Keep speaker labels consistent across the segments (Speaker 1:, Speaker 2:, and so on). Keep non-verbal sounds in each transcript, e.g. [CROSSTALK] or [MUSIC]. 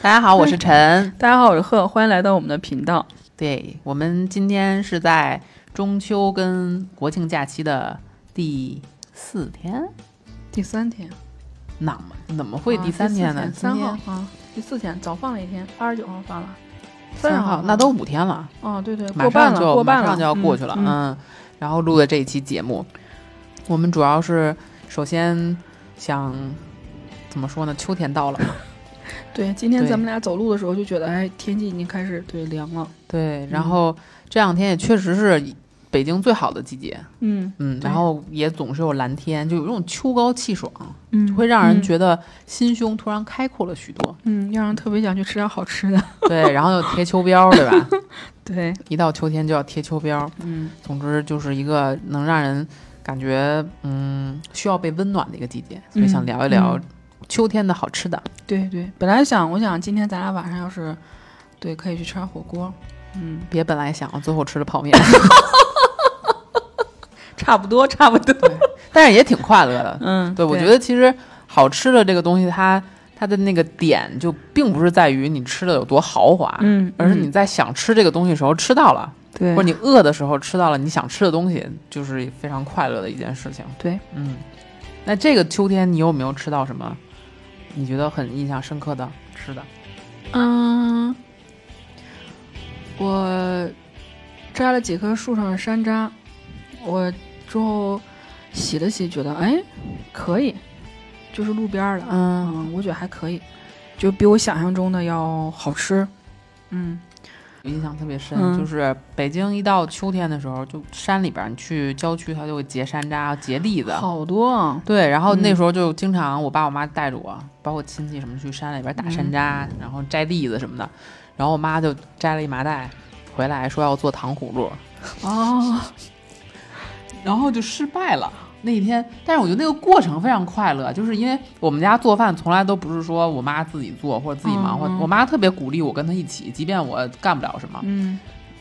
Speaker 1: 大家好，我是陈。 [LAUGHS]
Speaker 2: 大家好，我是贺，欢迎来到我们的频道。
Speaker 1: 对我们今天是在中秋跟国庆假期的第四天，
Speaker 2: 第三天，
Speaker 1: 哪么怎么会
Speaker 2: 啊
Speaker 1: 第三天呢？
Speaker 2: 第四
Speaker 1: 今
Speaker 2: 三
Speaker 1: 天
Speaker 2: 号啊，第四天早放了一天，二十九号放了，
Speaker 1: 三
Speaker 2: 号
Speaker 1: 那都五天了，
Speaker 2: 哦，对对，
Speaker 1: 马
Speaker 2: 过半
Speaker 1: 上
Speaker 2: 了，
Speaker 1: 就
Speaker 2: 过半
Speaker 1: 马
Speaker 2: 了，
Speaker 1: 上就要过去了。
Speaker 2: 嗯，嗯
Speaker 1: 嗯，然后录的这一期节目，我们主要是首先想怎么说呢？秋天
Speaker 2: [LAUGHS]
Speaker 1: 到了嘛，
Speaker 2: 对，今天
Speaker 1: 对
Speaker 2: 咱们俩走路的时候就觉得，哎，天气已经开始对凉了，
Speaker 1: 对，然
Speaker 2: 嗯
Speaker 1: 后这两天也确实是北京最好的季节，
Speaker 2: 嗯
Speaker 1: 嗯，
Speaker 2: 对
Speaker 1: 然后也总是有蓝天，就有种秋高气爽。
Speaker 2: 嗯
Speaker 1: 会让人
Speaker 2: 得，
Speaker 1: 觉得心胸突然开阔了许
Speaker 2: [LAUGHS]
Speaker 1: 多。
Speaker 2: 嗯，让人特别想去吃点好吃的，
Speaker 1: 对，然后又贴秋膘，对吧？
Speaker 2: [LAUGHS] 对，
Speaker 1: 一到秋天就要贴秋膘。
Speaker 2: 嗯
Speaker 1: 总之就是一个能让人感觉嗯需要被温暖的一个季节，所以想聊一聊
Speaker 2: 嗯
Speaker 1: 秋天的好吃的。
Speaker 2: 对对，本来想，我想今天咱俩晚上要是，对，可以去吃点火锅，嗯，
Speaker 1: 别本来想最后吃了泡面， [LAUGHS]
Speaker 2: 差不多，差不多，
Speaker 1: 但是也挺快乐的。
Speaker 2: 嗯，
Speaker 1: 对，我觉得其实好吃的这个东西它，它的那个点就并不是在于你吃的有多豪华，
Speaker 2: 嗯，
Speaker 1: 而是
Speaker 2: 嗯
Speaker 1: 你在想吃这个东西的时候吃到了。
Speaker 2: 对
Speaker 1: 或者你饿的时候吃到了你想吃的东西，就是非常快乐的一件事情。
Speaker 2: 对，
Speaker 1: 嗯，那这个秋天你有没有吃到什么你觉得很印象深刻的吃的？
Speaker 2: 嗯，我摘了几棵树上的山楂，我之后洗了洗，觉得哎可以，就是路边儿的，
Speaker 1: 嗯
Speaker 2: 嗯，我觉得还可以，就比我想象中的要好吃。嗯，
Speaker 1: 我印象特别深，
Speaker 2: 嗯
Speaker 1: 就是北京一到秋天的时候，就山里边儿你去郊区，它就会结山楂、结栗子。
Speaker 2: 好多啊，
Speaker 1: 对，然后那
Speaker 2: 嗯
Speaker 1: 时候就经常我爸我妈带着我，包括亲戚什么去山里边打山
Speaker 2: 嗯
Speaker 1: 楂，然后摘栗子什么的。然后我妈就摘了一麻袋回来，说要做糖葫芦。
Speaker 2: 哦，
Speaker 1: 然后就失败了。那一天，但是我觉得那个过程非常快乐，就是因为我们家做饭从来都不是说我妈自己做或者自己忙活，
Speaker 2: 嗯嗯
Speaker 1: 我妈特别鼓励我跟她一起，即便我干不了什么，
Speaker 2: 嗯，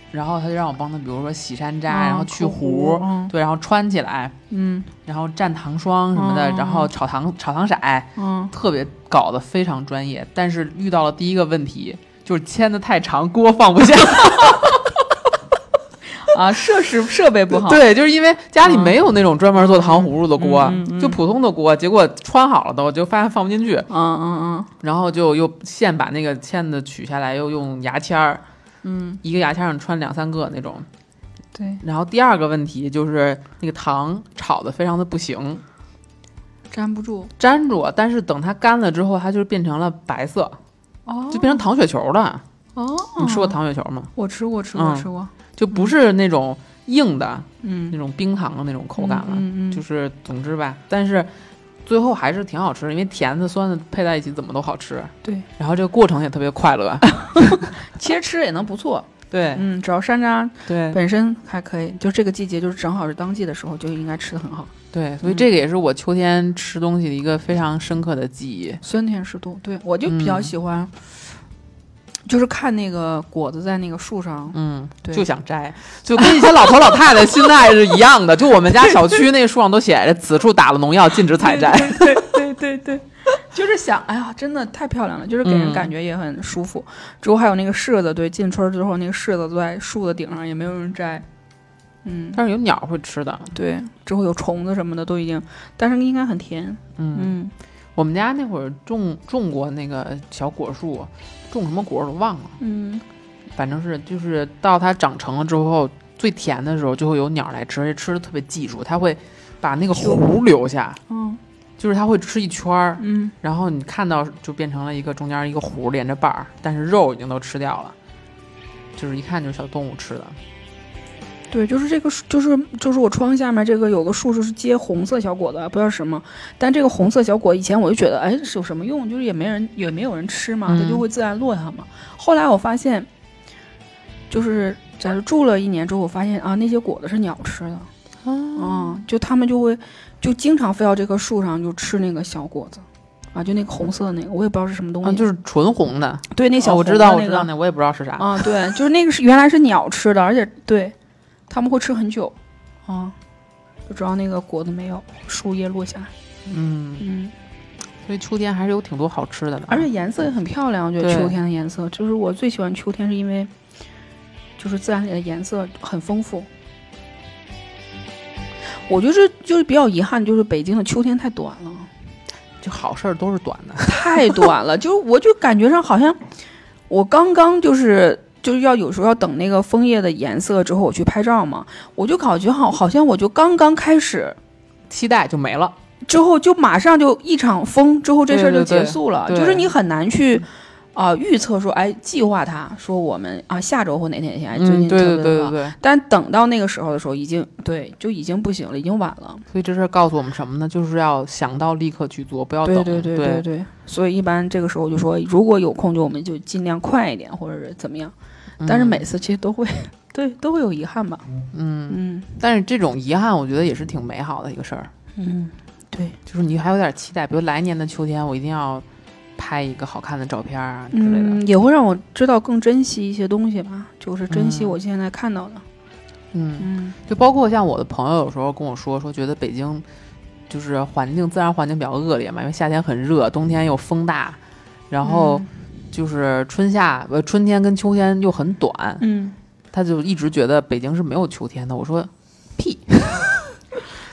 Speaker 1: 然后她就让我帮她，比如说洗山楂，
Speaker 2: 啊
Speaker 1: 然后去
Speaker 2: 口
Speaker 1: 核，
Speaker 2: 嗯
Speaker 1: 对，然后穿起来，
Speaker 2: 嗯
Speaker 1: 然后蘸糖霜什么的，
Speaker 2: 嗯
Speaker 1: 然后炒糖炒糖色，哎
Speaker 2: 嗯，
Speaker 1: 特别搞得非常专业。但是遇到了第一个问题，就是牵的太长，锅放不下。
Speaker 2: 啊，设施设备不好，嗯
Speaker 1: 对，就是因为家里没有那种专门做糖葫芦的锅，
Speaker 2: 嗯嗯嗯
Speaker 1: 就普通的锅，结果穿好了都，就发现放不进去，
Speaker 2: 嗯嗯
Speaker 1: 然后就又现把那个签子取下来，又用牙签儿，
Speaker 2: 嗯嗯，
Speaker 1: 一个牙签儿上穿两三个那种。
Speaker 2: 对，
Speaker 1: 然后第二个问题就是那个糖炒的非常的不行，
Speaker 2: 粘不住，
Speaker 1: 粘住，但是等它干了之后，它就变成了白色，
Speaker 2: 哦，
Speaker 1: 就变成糖雪球了。
Speaker 2: 哦，
Speaker 1: 你吃过糖雪球吗？
Speaker 2: 我吃过，吃过，
Speaker 1: 嗯
Speaker 2: 吃过。
Speaker 1: 就不是那种硬的、
Speaker 2: 嗯
Speaker 1: 那，种冰糖的那种口感了。
Speaker 2: 嗯嗯嗯
Speaker 1: 就是总之吧，但是最后还是挺好吃的，因为甜的、酸的配在一起怎么都好吃。
Speaker 2: 对，
Speaker 1: 然后这个过程也特别快乐。
Speaker 2: 其实吃也能不错。
Speaker 1: 对
Speaker 2: 嗯，只要山楂
Speaker 1: 对
Speaker 2: 本身还可以，就这个季节就是正好是当季的时候，就应该吃的很好。
Speaker 1: 对，所以这个也是我秋天吃东西的一个非常深刻的记忆。
Speaker 2: 酸甜适度，对我就比较
Speaker 1: 嗯
Speaker 2: 喜欢，就是看那个果子在那个树上，
Speaker 1: 嗯，
Speaker 2: 对
Speaker 1: 就想
Speaker 2: [LAUGHS]
Speaker 1: 摘，就跟一些老头老太太心态是一样的。就我们家小区那树上都写着“此处打了农药，禁止采摘”。
Speaker 2: 对对对对，就是想，哎呀，真的太漂亮了，就是给人
Speaker 1: 嗯
Speaker 2: 感觉也很舒服。之后还有那个柿子，对，进村儿之后那个柿子都在树的顶上，也没有人摘。嗯，
Speaker 1: 但是有鸟会吃的。
Speaker 2: 对，之后有虫子什么的都已经，但是应该很甜。
Speaker 1: 嗯，
Speaker 2: 嗯
Speaker 1: 我们家那会儿种种过那个小果树，种什么果儿我忘了。
Speaker 2: 嗯，
Speaker 1: 反正是就是到它长成了之后，最甜的时候就会有鸟来吃，而且吃的特别技术，它会把那个核留下，
Speaker 2: 嗯
Speaker 1: 就是它会吃一圈儿，
Speaker 2: 嗯，
Speaker 1: 然后你看到就变成了一个中间一个核连着瓣儿，但是肉已经都吃掉了，就是一看就是小动物吃的。
Speaker 2: 对，就是这个树，就是就是我窗下面这个有个树，就是结红色小果的，啊不知道什么。但这个红色小果以前我就觉得，哎，是有什么用？就是也没人也没有人吃嘛，它
Speaker 1: 嗯
Speaker 2: 就会自然落下嘛。后来我发现，就是在这住了一年之后，我发现啊，那些果子是鸟吃的，嗯，就他们就会就经常飞到这棵树上就吃那个小果子。啊，就那个红色的那个，我也不知道是什么东西，
Speaker 1: 嗯，就是纯红的，
Speaker 2: 对那
Speaker 1: 哦
Speaker 2: 小红
Speaker 1: 我
Speaker 2: 的
Speaker 1: 知道，我
Speaker 2: 那
Speaker 1: 知
Speaker 2: 个
Speaker 1: 道那我也不知道是啥。
Speaker 2: 啊，对，就是那个是原来是鸟吃的，而且对，他们会吃很久，啊，就知道那个果子没有，树叶落下来。
Speaker 1: 嗯，
Speaker 2: 嗯，
Speaker 1: 所所以秋天还是有挺多好吃的的啊。
Speaker 2: 而且颜色也很漂亮，我觉得
Speaker 1: 对
Speaker 2: 秋天的颜色，就是我最喜欢秋天，是因为就是自然里的颜色很丰富。我就是就是比较遗憾，就是北京的秋天太短了，
Speaker 1: 就好事儿都是短的，
Speaker 2: 太短
Speaker 1: [LAUGHS]
Speaker 2: 了，就是我就感觉上好像我刚刚就是就是要有时候要等那个枫叶的颜色之后我去拍照嘛，我就感觉好好像我就刚刚开始
Speaker 1: 期待就没了。
Speaker 2: 之后就马上就一场风之后这事儿就
Speaker 1: 对对对
Speaker 2: 结束了，
Speaker 1: 对
Speaker 2: 就是你很难去啊、预测说，哎，计划它，说我们啊下周或哪天哪天，哎最
Speaker 1: 嗯，
Speaker 2: 近
Speaker 1: 对
Speaker 2: 特别
Speaker 1: 对
Speaker 2: 的
Speaker 1: 对对对。
Speaker 2: 但等到那个时候的时候，已经对就已经不行了，已经晚了。
Speaker 1: 所以这事儿告诉我们什么呢？就是要想到立刻去做，不要
Speaker 2: 对
Speaker 1: 等。
Speaker 2: 对对对对，所以一般这个时候我就说，如果有空就我们就尽量快一点，或者是怎么样。但是
Speaker 1: 嗯
Speaker 2: 每次其实都会， [LAUGHS] 对都会有遗憾吧。
Speaker 1: 嗯，
Speaker 2: 嗯
Speaker 1: 但是这种遗憾，我觉得也是挺美好的一个事儿。
Speaker 2: 嗯，对，
Speaker 1: 就是你还有点期待，比如来年的秋天，我一定要拍一个好看的照片啊之类的。
Speaker 2: 嗯，也会让我知道更珍惜一些东西吧，就是珍惜
Speaker 1: 嗯
Speaker 2: 我现在看到的。
Speaker 1: 嗯，
Speaker 2: 嗯
Speaker 1: 就包括像我的朋友有时候跟我说，说觉得北京就是环境自然环境比较恶劣嘛，因为夏天很热，冬天又风大，然
Speaker 2: 嗯
Speaker 1: 后就是春夏呃春天跟秋天又很短，
Speaker 2: 嗯，
Speaker 1: 他就一直觉得北京是没有秋天的。我说屁，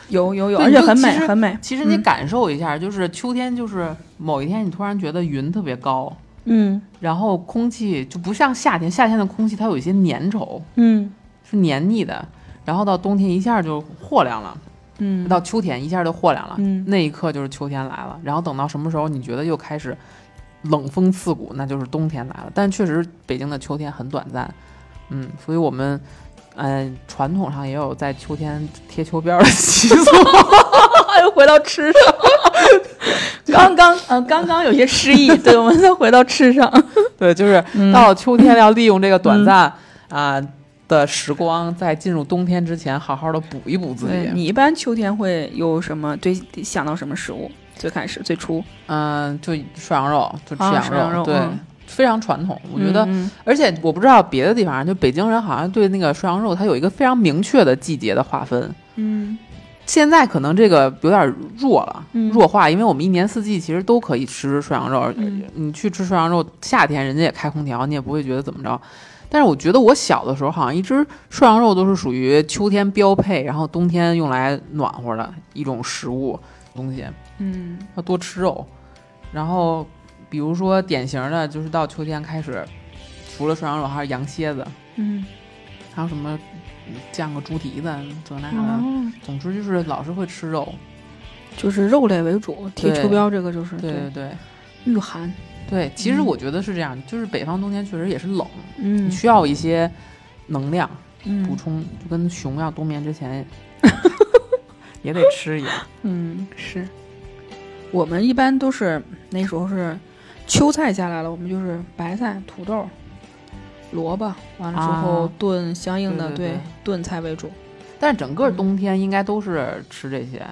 Speaker 2: 有有有，
Speaker 1: 对
Speaker 2: 而
Speaker 1: 你
Speaker 2: 且
Speaker 1: 就
Speaker 2: 很
Speaker 1: 其
Speaker 2: 美
Speaker 1: 实
Speaker 2: 很美。
Speaker 1: 其实你感受一下，就是秋天，就是某一天你突然觉得云特别高，
Speaker 2: 嗯
Speaker 1: 然后空气就不像夏天，夏天的空气它有一些粘稠，
Speaker 2: 嗯
Speaker 1: 是黏腻的。然后到冬天一下就豁亮了，
Speaker 2: 嗯，
Speaker 1: 到秋天一下就豁亮了，
Speaker 2: 嗯
Speaker 1: 那一刻就是秋天来了。然后等到什么时候你觉得又开始冷风刺骨，那就是冬天来了。但确实北京的秋天很短暂，嗯，所以我们嗯、呃传统上也有在秋天贴秋膘的习俗。
Speaker 2: 啊又回到
Speaker 1: [LAUGHS]
Speaker 2: 吃上。刚刚嗯、呃刚刚有些失 [LAUGHS] 忆，对，我们再回到吃上。
Speaker 1: 对，就是
Speaker 2: 嗯
Speaker 1: 到了秋天要利用这个短暂啊、的时光，在进入冬天之前，好好的补一补自己
Speaker 2: 对。你一般秋天会有什么最想到什么食物？最开始最初
Speaker 1: 嗯、就涮羊肉，就吃
Speaker 2: 啊
Speaker 1: 羊
Speaker 2: 涮羊肉
Speaker 1: 对。
Speaker 2: 嗯
Speaker 1: 非常传统，我觉得，
Speaker 2: 嗯
Speaker 1: 而且我不知道别的地方，就北京人好像对那个涮羊肉，它有一个非常明确的季节的划分。
Speaker 2: 嗯
Speaker 1: 现在可能这个有点弱了，
Speaker 2: 嗯
Speaker 1: 弱化，因为我们一年四季其实都可以吃涮羊肉。呃
Speaker 2: 嗯
Speaker 1: 你去吃涮羊肉，夏天人家也开空调，你也不会觉得怎么着。但是我觉得我小的时候好像一直涮羊肉都是属于秋天标配，然后冬天用来暖和的一种食物东西，
Speaker 2: 嗯
Speaker 1: 要多吃肉。然后比如说典型的就是到秋天开始，除了涮羊肉还有羊蝎子，
Speaker 2: 嗯
Speaker 1: 还有什么嗯酱个猪蹄子啊这那的，
Speaker 2: 嗯，
Speaker 1: 总之就是老是会吃肉。
Speaker 2: 就是肉类为主，贴
Speaker 1: 对
Speaker 2: 秋膘这个就是
Speaker 1: 对对对。
Speaker 2: 御寒。
Speaker 1: 对，其实
Speaker 2: 嗯
Speaker 1: 我觉得是这样，就是北方冬天确实也是冷，你
Speaker 2: 嗯
Speaker 1: 需要一些能量补
Speaker 2: 嗯
Speaker 1: 充，就跟熊要冬眠之
Speaker 2: [LAUGHS]
Speaker 1: 前也得吃一样。
Speaker 2: 嗯是，我们一般都是那时候是秋菜下来了，我们就是白菜、土豆、萝卜，完了之后
Speaker 1: 啊
Speaker 2: 炖相应的
Speaker 1: 对对对
Speaker 2: 炖菜为主。
Speaker 1: 但是整个冬天应该都是吃这些，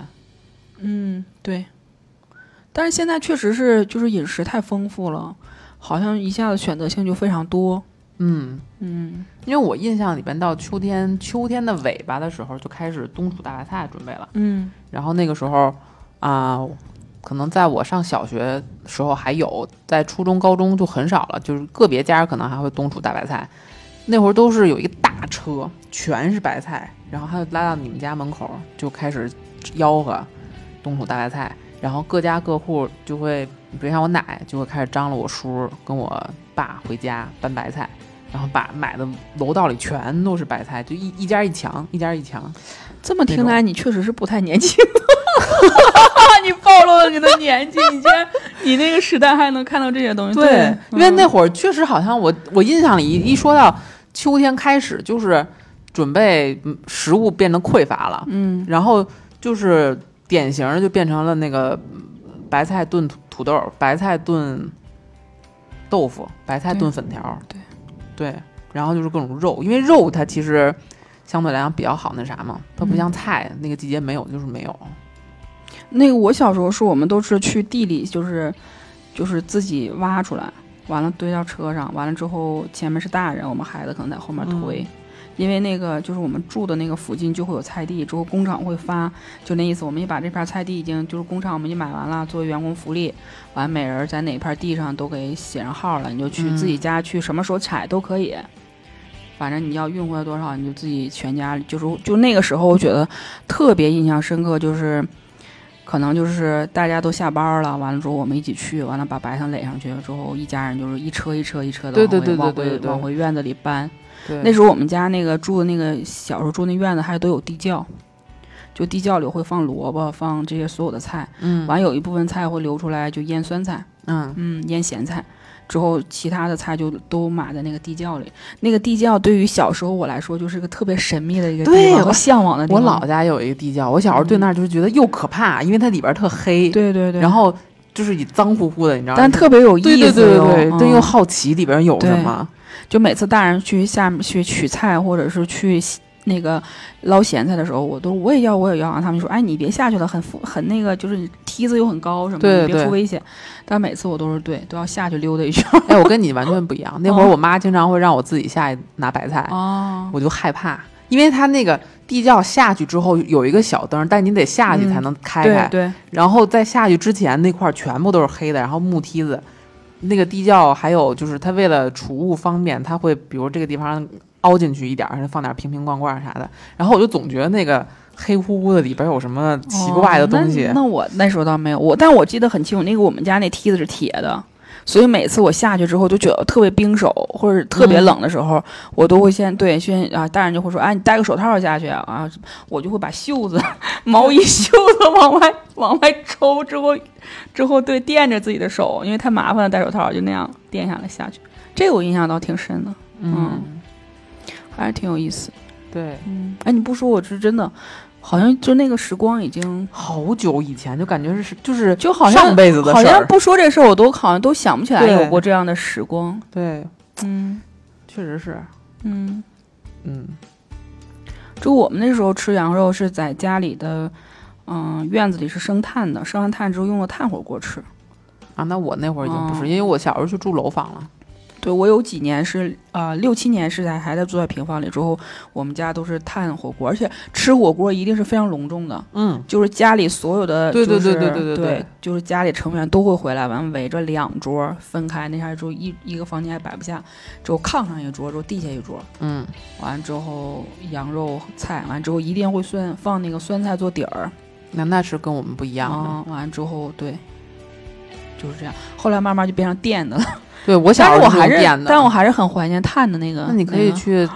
Speaker 2: 嗯，对。但是现在确实是就是饮食太丰富了，好像一下子选择性就非常多。
Speaker 1: 嗯，
Speaker 2: 嗯
Speaker 1: 因为我印象里边到秋天秋天的尾巴的时候就开始冬储大白菜准备了，
Speaker 2: 嗯
Speaker 1: 然后那个时候啊。可能在我上小学时候还有，在初中、高中就很少了，就是个别家可能还会冬储大白菜，那会儿都是有一个大车，全是白菜，然后他就拉到你们家门口，就开始吆喝冬储大白菜，然后各家各户就会，比如像我奶就会开始张罗我叔跟我爸回家搬白菜，然后把买的楼道里全都是白菜，就一一家一墙，一家一墙。
Speaker 2: 这么听
Speaker 1: 那种
Speaker 2: 来，你确实是不太年轻。 [LAUGHS] 你暴露了你的年纪，你竟然你那个时代还能看到这些东西？
Speaker 1: 因为
Speaker 2: 嗯
Speaker 1: 那会儿确实好像我我印象里一一说到秋天开始就是准备嗯食物变得匮乏了，
Speaker 2: 嗯
Speaker 1: 然后就是典型的就变成了那个嗯白菜炖土土豆、白菜炖豆腐、白菜炖粉条，
Speaker 2: 对
Speaker 1: 对然后就是各种肉，因为肉它其实相对来讲比较好那啥嘛，它不
Speaker 2: 嗯
Speaker 1: 像菜、那个季节没有就是没有，
Speaker 2: 那个我小时候是我们都是去地里，就是就是自己挖出来，完了堆到车上，完了之后前面是大人，我们孩子可能在后面推。因为那个就是我们住的那个附近就会有菜地，之后工厂会发，就那意思，我们也把这片菜地已经就是工厂我们已经买完了，作为员工福利，完每人在哪片地上都给写上号了，你就去
Speaker 1: 嗯
Speaker 2: 自己家去什么时候采都可以，反正你要运回来多少，你就自己全家就是就那个时候我觉得特别印象深刻，就是。可能就是大家都下班了，完了之后我们一起去，完了把白糖垒上去之后，一家人就是一车一车一车的
Speaker 1: 对
Speaker 2: 往回
Speaker 1: 对对
Speaker 2: 往
Speaker 1: 对
Speaker 2: 回
Speaker 1: 对对
Speaker 2: 往回院子里搬。
Speaker 1: 对，
Speaker 2: 那时候我们家那个住的那个小时候住那院子还都有地窖，就地窖里会放萝卜，放这些所有的菜，
Speaker 1: 嗯
Speaker 2: 完有一部分菜会留出来就腌酸菜，
Speaker 1: 嗯
Speaker 2: 嗯，腌咸菜，之后其他的菜就都码在那个地窖里。那个地窖对于小时候我来说就是个特别神秘的一个地
Speaker 1: 对
Speaker 2: 方和
Speaker 1: 我
Speaker 2: 向往的地
Speaker 1: 我
Speaker 2: 方。嗯
Speaker 1: 老家有一个地窖，我小时候对那儿就是觉得又可怕，因为它里边儿特黑，
Speaker 2: 对对对，
Speaker 1: 然后就是也脏乎乎的，你知道吗？
Speaker 2: 但特别有意思
Speaker 1: 对
Speaker 2: 又，
Speaker 1: 对对对对，
Speaker 2: 嗯
Speaker 1: 但又好奇里边有什么。
Speaker 2: 就每次大人去下面去取菜，或者是去那个捞咸菜的时候，我都我也要我也要啊。他们说，哎，你别下去了，很复很那个，就是梯子又很高什么
Speaker 1: 对
Speaker 2: 的，你别
Speaker 1: 对
Speaker 2: 出危险。但每次我都是对，都要下去溜
Speaker 1: [LAUGHS]
Speaker 2: 达一圈。
Speaker 1: 哎，我跟你完全不一样。那会
Speaker 2: 嗯
Speaker 1: 儿我妈经常会让我自己下去拿白菜，
Speaker 2: 哦，
Speaker 1: 我就害怕，因为它那个地窖下去之后有一个小灯，但你得下去才能开
Speaker 2: 嗯对
Speaker 1: 开。
Speaker 2: 对，
Speaker 1: 然后在下去之前那块儿全部都是黑的，然后木梯子。那个地窖还有就是，它为了储物方便，它会比如这个地方凹进去一点儿，放点儿瓶瓶罐罐啥的。然后我就总觉得那个黑乎乎的里边有什么奇怪的东西。
Speaker 2: 哦那。那我那时候倒没有，我但我记得很清楚，那个我们家那梯子是铁的。所以每次我下去之后，就觉得特别冰手，或者特别冷的时候，我都会先对先啊，大人就会说，哎，你戴个手套下去啊啊，我就会把袖子、毛衣袖子往外往外抽，之后之后对垫着自己的手，因为太麻烦了，戴手套就那样垫下来下去。这个我印象倒挺深的，
Speaker 1: 嗯，
Speaker 2: 还是挺有意思。
Speaker 1: 对，
Speaker 2: 嗯，哎，你不说我是真的，好像就那个时光已经
Speaker 1: 好久以前就感觉是就是
Speaker 2: 就好像
Speaker 1: 上辈子的
Speaker 2: 好
Speaker 1: 事
Speaker 2: 像
Speaker 1: 儿。
Speaker 2: 不说这事儿，我都好像都想不起来
Speaker 1: 对
Speaker 2: 有过这样的时光。
Speaker 1: 对，
Speaker 2: 嗯
Speaker 1: 确实是，
Speaker 2: 嗯，
Speaker 1: 嗯
Speaker 2: 就我们那时候吃羊肉是在家里的，嗯、院子里是生炭的，生完炭之后用了炭火锅吃。
Speaker 1: 啊，那我那会儿已经不是，
Speaker 2: 哦
Speaker 1: 因为我小时候去住楼房了。
Speaker 2: 对我有几年是啊、呃六七年是在还在住在平房里，之后我们家都是炭火锅，而且吃火锅一定是非常隆重的，
Speaker 1: 嗯，
Speaker 2: 就是家里所有的、就
Speaker 1: 对
Speaker 2: 是，
Speaker 1: 对对对对
Speaker 2: 对
Speaker 1: 对对
Speaker 2: 就是家里成员都会回来，完围着两桌分开，那啥之后一一个房间还摆不下，之后炕上一桌，之后地下一桌，
Speaker 1: 嗯，
Speaker 2: 完之后羊肉菜，完之后一定会酸放那个酸菜做底儿，
Speaker 1: 那那是跟我们不一样的。
Speaker 2: 啊，完之后对，就是这样。后来慢慢就变成电的了，
Speaker 1: 对我
Speaker 2: 但
Speaker 1: 小
Speaker 2: 是
Speaker 1: 时
Speaker 2: 我
Speaker 1: 候就
Speaker 2: 还是
Speaker 1: 变的，
Speaker 2: 但我还是很怀念碳的那个。
Speaker 1: 那你可
Speaker 2: 那
Speaker 1: 以
Speaker 2: 个
Speaker 1: 去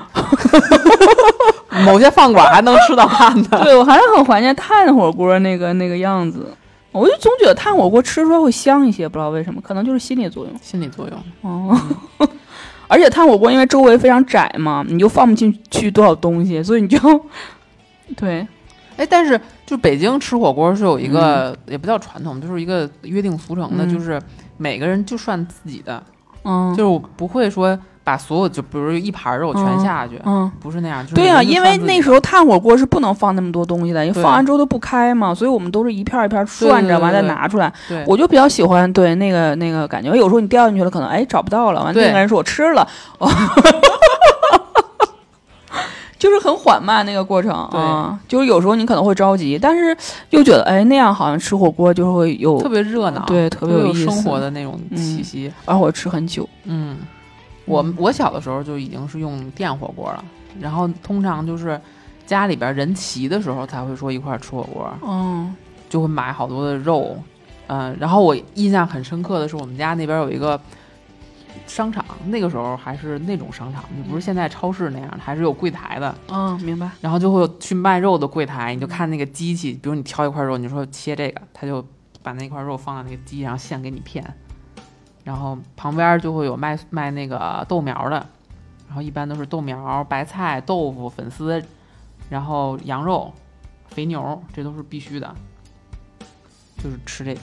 Speaker 1: 某些饭馆还能吃到饭的。
Speaker 2: 对我还是很怀念炭火锅那个那个样子。我就总觉得炭火锅吃出来会香一些，不知道为什么，可能就是 [LAUGHS] 心理作用。
Speaker 1: 心理作用，
Speaker 2: 哦，
Speaker 1: 嗯
Speaker 2: [LAUGHS] 而且炭火锅因为周围非常窄嘛，你就放不进去多少东西，所以你就对
Speaker 1: 哎，但是就北京吃火锅是有一个、也不叫传统，就是一个约定俗成的，
Speaker 2: 嗯
Speaker 1: 就是每个人就涮自己的，
Speaker 2: 嗯
Speaker 1: 就是我不会说把所有就比如一盘肉全下去，
Speaker 2: 嗯。
Speaker 1: 不是那样。就是
Speaker 2: 对
Speaker 1: 每
Speaker 2: 啊，
Speaker 1: 个人就
Speaker 2: 因
Speaker 1: 涮
Speaker 2: 为
Speaker 1: 自己
Speaker 2: 那时候炭火锅是不能放那么多东西的，因为
Speaker 1: 对
Speaker 2: 放完之后都不开嘛，所以我们都是一片儿一片儿涮着，
Speaker 1: 对对对
Speaker 2: 完再
Speaker 1: 对
Speaker 2: 拿出来。
Speaker 1: 对
Speaker 2: 我就比较喜欢对那个那个感觉，有时候你掉进去了，可能哎找不到了，完
Speaker 1: 对
Speaker 2: 那个人说我吃了， [LAUGHS] 哦就是很缓慢那个过程
Speaker 1: 对
Speaker 2: 啊，就是有时候你可能会着急，但是又觉得哎那样好像吃火锅就会有
Speaker 1: 特，别热闹，
Speaker 2: 对特别有
Speaker 1: 有
Speaker 2: 意思
Speaker 1: 生活的那种气
Speaker 2: 嗯
Speaker 1: 息。
Speaker 2: 而我吃很久，
Speaker 1: 嗯，我我小的时候就已经是用电火锅了，然后通常就是家里边人齐的时候才会说一块儿吃火锅，
Speaker 2: 嗯
Speaker 1: 就会买好多的肉。嗯，然后我印象很深刻的是，我们家那边有一个商场，那个时候还是那种商场，就不是现在超市那样的，还是有柜台的。
Speaker 2: 嗯，明白，
Speaker 1: 然后就会有去卖肉的柜台，你就看那个机器，比如你挑一块肉，你说切这个，他就把那块肉放在那个机，然后现给你片，然后旁边就会有卖卖那个豆苗的，然后一般都是豆苗、白菜、豆腐、粉丝，然后羊肉、肥牛，这都是必须的，就是吃这个。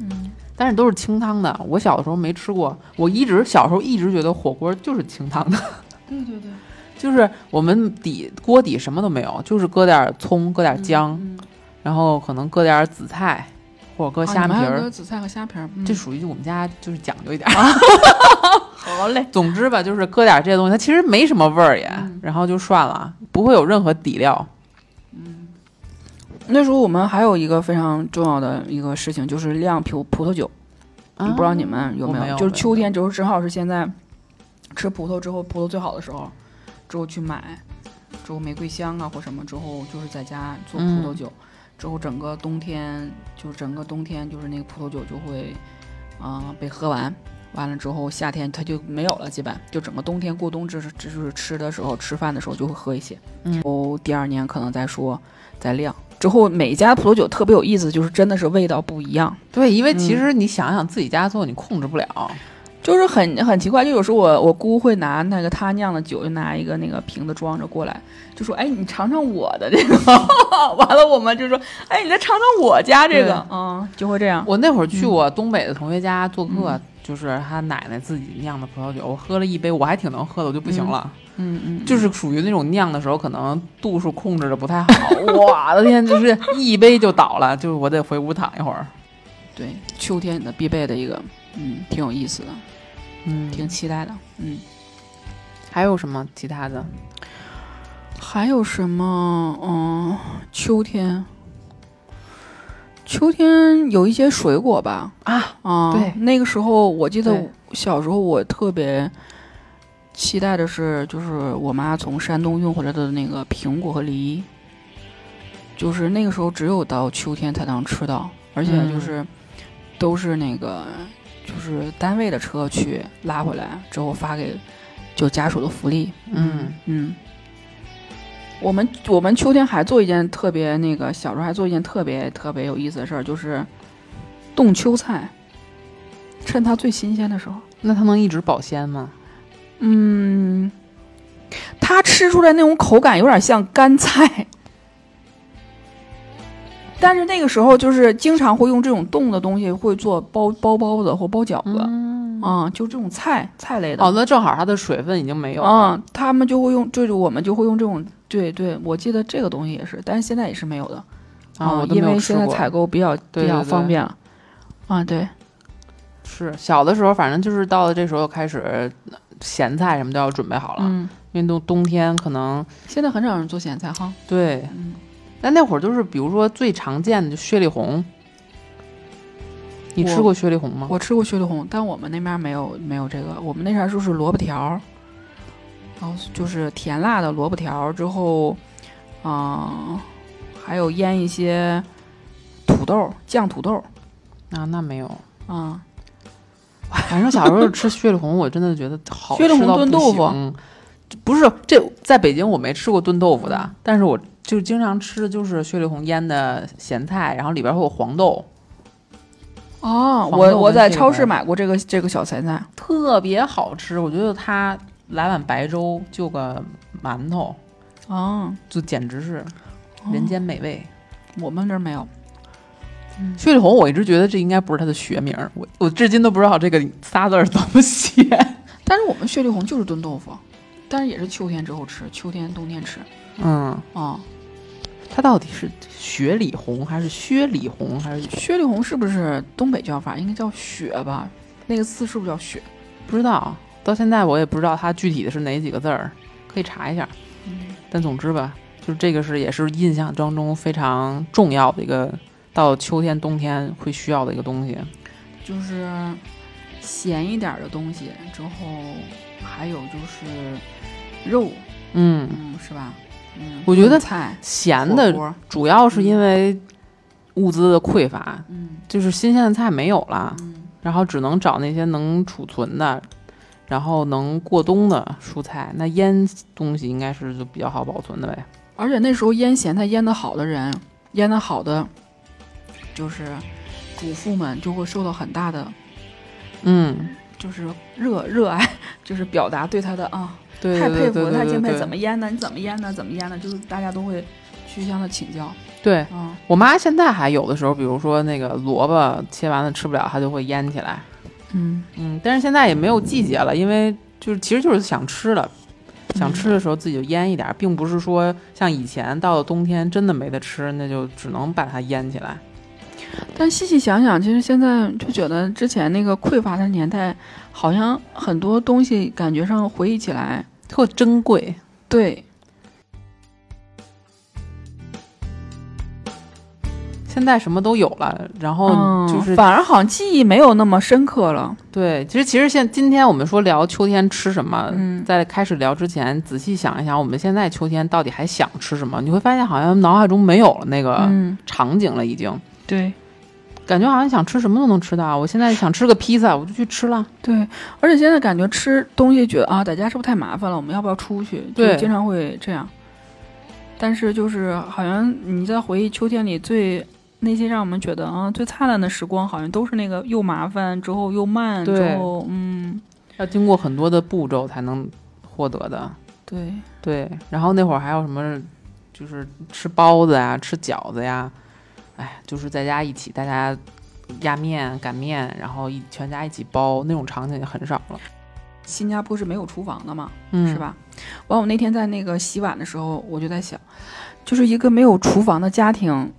Speaker 2: 嗯
Speaker 1: 但是都是清汤的，我小的时候没吃过，我一直小时候一直觉得火锅就是清汤的。 [LAUGHS]
Speaker 2: 对对对，
Speaker 1: 就是我们底锅底什么都没有，就是搁点儿葱，搁点儿姜，
Speaker 2: 嗯，哦
Speaker 1: 然后可能搁点儿紫菜，或者搁虾皮儿。嗯
Speaker 2: 紫菜和虾皮儿，嗯
Speaker 1: 啊这属于我们家就是讲究一点儿，
Speaker 2: 好嘞，
Speaker 1: [LAUGHS] 总之吧，就是搁点这些东西，它其实没什么味儿也，然后就涮了，不会有任何底料。
Speaker 2: 那时候我们还有一个非常重要的一个事情，就是酿葡葡萄酒。
Speaker 1: 啊
Speaker 2: 不知道你们有
Speaker 1: 我
Speaker 2: 没有？
Speaker 1: 没有
Speaker 2: 就是
Speaker 1: 没
Speaker 2: 秋天，就是正好是现在吃葡萄之后，葡萄最好的时候，之后去买，之后玫瑰香啊或什么，之后就是在家做葡萄
Speaker 1: 嗯
Speaker 2: 酒，之后整个冬天，就整个冬天就是那个葡萄酒就会，啊、被喝完。完了之后，夏天它就没有了，基本就整个冬天过冬，只是只是吃的时候、吃饭的时候就会喝一些。
Speaker 1: 嗯
Speaker 2: 哦，第二年可能再说再晾。之后每一家葡萄酒特别有意思，就是真的是味道不一样。
Speaker 1: 对，因为
Speaker 2: 嗯
Speaker 1: 其实你想想自己家做，你控制不了。
Speaker 2: 就是很很奇怪，就有时候我我姑会拿那个她酿的酒，就拿一个那个瓶子装着过来，就说：“哎，你尝尝我的这个。” [LAUGHS] 完了，我们就说：“哎，你再尝尝我家这个。”嗯，就会这样。
Speaker 1: 我那会儿去我东北的同学家做客，就是他奶奶自己酿的葡萄酒，我喝了一杯，我还挺能喝的，我就不行了， [LAUGHS]
Speaker 2: 嗯嗯，
Speaker 1: 就是属于那种酿的时候可能度数控制的不太好， [LAUGHS] 我的天，就是一杯就倒了，就是我得回屋躺一会儿。
Speaker 2: 对，秋天的必备的一个，嗯，挺有意思的，
Speaker 1: 嗯，
Speaker 2: 挺期待的。嗯，
Speaker 1: 还有什么其他的？
Speaker 2: 还有什么？嗯，秋天，秋天有一些水果吧。
Speaker 1: 啊
Speaker 2: 啊，
Speaker 1: 对
Speaker 2: 那个时候我记得
Speaker 1: 对
Speaker 2: 小时候我特别期待的是，就是我妈从山东运回来的那个苹果和梨，就是那个时候只有到秋天才能吃到，而且
Speaker 1: 嗯
Speaker 2: 就是都是那个就是单位的车去拉回来之后发给就家属的福利，
Speaker 1: 嗯
Speaker 2: 嗯，我们我们秋天还做一件特别那个，小时候还做一件特别特别有意思的事儿，就是冻秋菜，趁它最新鲜的时候，
Speaker 1: 那它能一直保鲜吗？
Speaker 2: 嗯，它吃出来那种口感有点像干菜，但是那个时候就是经常会用这种冻的东西，会做包包包子或包饺子，啊、就这种菜菜类的。
Speaker 1: 哦，那正好它的水分已经没有了。
Speaker 2: 嗯，他们就会用，就是我们就会用这种，对对，我记得这个东西也是，但是现在也是没有的
Speaker 1: 啊，我都
Speaker 2: 哦因
Speaker 1: 没有
Speaker 2: 为
Speaker 1: 吃
Speaker 2: 现在
Speaker 1: 过。
Speaker 2: 采购比较
Speaker 1: 对
Speaker 2: 比较
Speaker 1: 对对
Speaker 2: 方便了。啊，对，
Speaker 1: 是小的时候，反正就是到了这时候开始，咸菜什么都要准备好了，
Speaker 2: 嗯，
Speaker 1: 因为冬冬天可能
Speaker 2: 现在很少人做咸菜哈。
Speaker 1: 对。
Speaker 2: 嗯
Speaker 1: 但那会儿就是，比如说最常见的就雪里红，你吃
Speaker 2: 我
Speaker 1: 过雪里红吗？
Speaker 2: 我吃过雪里红，但我们那边没有没有这个，我们那啥就是萝卜条儿，然后就是甜辣的萝卜条儿，之后，嗯、还有腌一些土豆儿酱土豆儿
Speaker 1: 啊，那没有。
Speaker 2: 啊，
Speaker 1: 反正小时候吃雪里红，我真的觉得好
Speaker 2: 雪里红
Speaker 1: 吃到
Speaker 2: 炖
Speaker 1: 不
Speaker 2: 豆腐
Speaker 1: 行嗯不是这在北京我没吃过炖豆腐
Speaker 2: 嗯
Speaker 1: 的，但是我就经常吃，就是雪里红腌的咸菜，然后里边会有黄豆，
Speaker 2: 哦，
Speaker 1: 黄
Speaker 2: 我
Speaker 1: 豆
Speaker 2: 我
Speaker 1: 跟
Speaker 2: 在
Speaker 1: 这
Speaker 2: 超
Speaker 1: 个
Speaker 2: 市买过这个这个小咸菜，
Speaker 1: 特别好吃。我觉得它来碗白粥就个馒头，
Speaker 2: 哦，
Speaker 1: 就简直是人间美味。
Speaker 2: 我们这儿没有。嗯
Speaker 1: 雪里红，我一直觉得这应该不是它的学名儿，我我至今都不知道这个仨字儿怎么写。
Speaker 2: 但是我们雪里红就是炖豆腐，但是也是秋天之后吃，秋天冬天吃
Speaker 1: 嗯，
Speaker 2: 啊。
Speaker 1: 它到底是雪里红还是薛里红还是
Speaker 2: 雪里红是不是东北叫法？应该叫雪吧？那个字是不是叫雪？
Speaker 1: 不知道，到现在我也不知道它具体的是哪几个字儿，可以查一下。
Speaker 2: 嗯
Speaker 1: 但总之吧，就是这个是也是印象当中非常重要的一个，到秋天冬天会需要的一个东西。
Speaker 2: 就是咸一点儿的东西，之后还有就是肉，
Speaker 1: 嗯，
Speaker 2: 嗯，是吧？嗯，
Speaker 1: 我觉得
Speaker 2: 炖菜
Speaker 1: 咸
Speaker 2: 火
Speaker 1: 的
Speaker 2: 锅
Speaker 1: 主要是因为物资的匮乏，
Speaker 2: 嗯
Speaker 1: 就是新鲜的菜没有了，
Speaker 2: 嗯
Speaker 1: 然后只能找那些能储存的。然后能过冬的蔬菜，那腌东西应该是就比较好保存的呗。
Speaker 2: 而且那时候腌咸菜腌得好的人，腌得好的，就是主妇们就会受到很大的
Speaker 1: 嗯，
Speaker 2: 就是热热爱，就是表达对他的啊，
Speaker 1: 对，
Speaker 2: 太
Speaker 1: 对
Speaker 2: 佩服了，
Speaker 1: 对
Speaker 2: 太
Speaker 1: 对
Speaker 2: 敬佩，
Speaker 1: 对
Speaker 2: 怎么腌的？你怎么腌的？怎么腌的？就是大家都会去向他请教
Speaker 1: 对，
Speaker 2: 啊。
Speaker 1: 我妈现在还有的时候，比如说那个萝卜切完了吃不了，她就会腌起来。
Speaker 2: 嗯，
Speaker 1: 嗯，但是现在也没有季节了，因为就是其实就是想吃了，想吃的时候自己就腌一点儿，并不是说像以前到了冬天真的没得吃，那就只能把它腌起来。
Speaker 2: 但细细想想，其实现在就觉得之前那个匮乏的年代，好像很多东西感觉上回忆起来，
Speaker 1: 特珍贵。
Speaker 2: 对，
Speaker 1: 现在什么都有了，然后
Speaker 2: 嗯
Speaker 1: 就是、
Speaker 2: 反而好像记忆没有那么深刻了。
Speaker 1: 对，其实其实现今天我们说聊秋天吃什么，
Speaker 2: 嗯
Speaker 1: 在开始聊之前，仔细想一想，我们现在秋天到底还想吃什么？你会发现好像脑海中没有了那个
Speaker 2: 嗯，
Speaker 1: 场景了，已经、
Speaker 2: 对
Speaker 1: 感觉好像想吃什么都能吃到。我现在想吃个披萨，我就去吃了。
Speaker 2: 对，而且现在感觉吃东西觉得啊，在家是不是太麻烦了？我们要不要出去？就
Speaker 1: 对
Speaker 2: 经常会这样。但是就是好像你在回忆秋天里最那些让我们觉得啊最灿烂的时光，好像都是那个又麻烦之后又慢之
Speaker 1: 对
Speaker 2: 后，嗯，
Speaker 1: 要经过很多的步骤才能获得的。
Speaker 2: 对。
Speaker 1: 对，然后那会儿还有什么，就是吃包子呀、吃饺子呀，哎，就是在家一起大家压面、擀面，然后一全家一起包那种场景也很少了，
Speaker 2: 新加坡是没有厨房的嘛，
Speaker 1: 嗯，
Speaker 2: 是？吧？完，我那天在那个洗碗的时候，我就在想，就是一个没有厨房的家庭，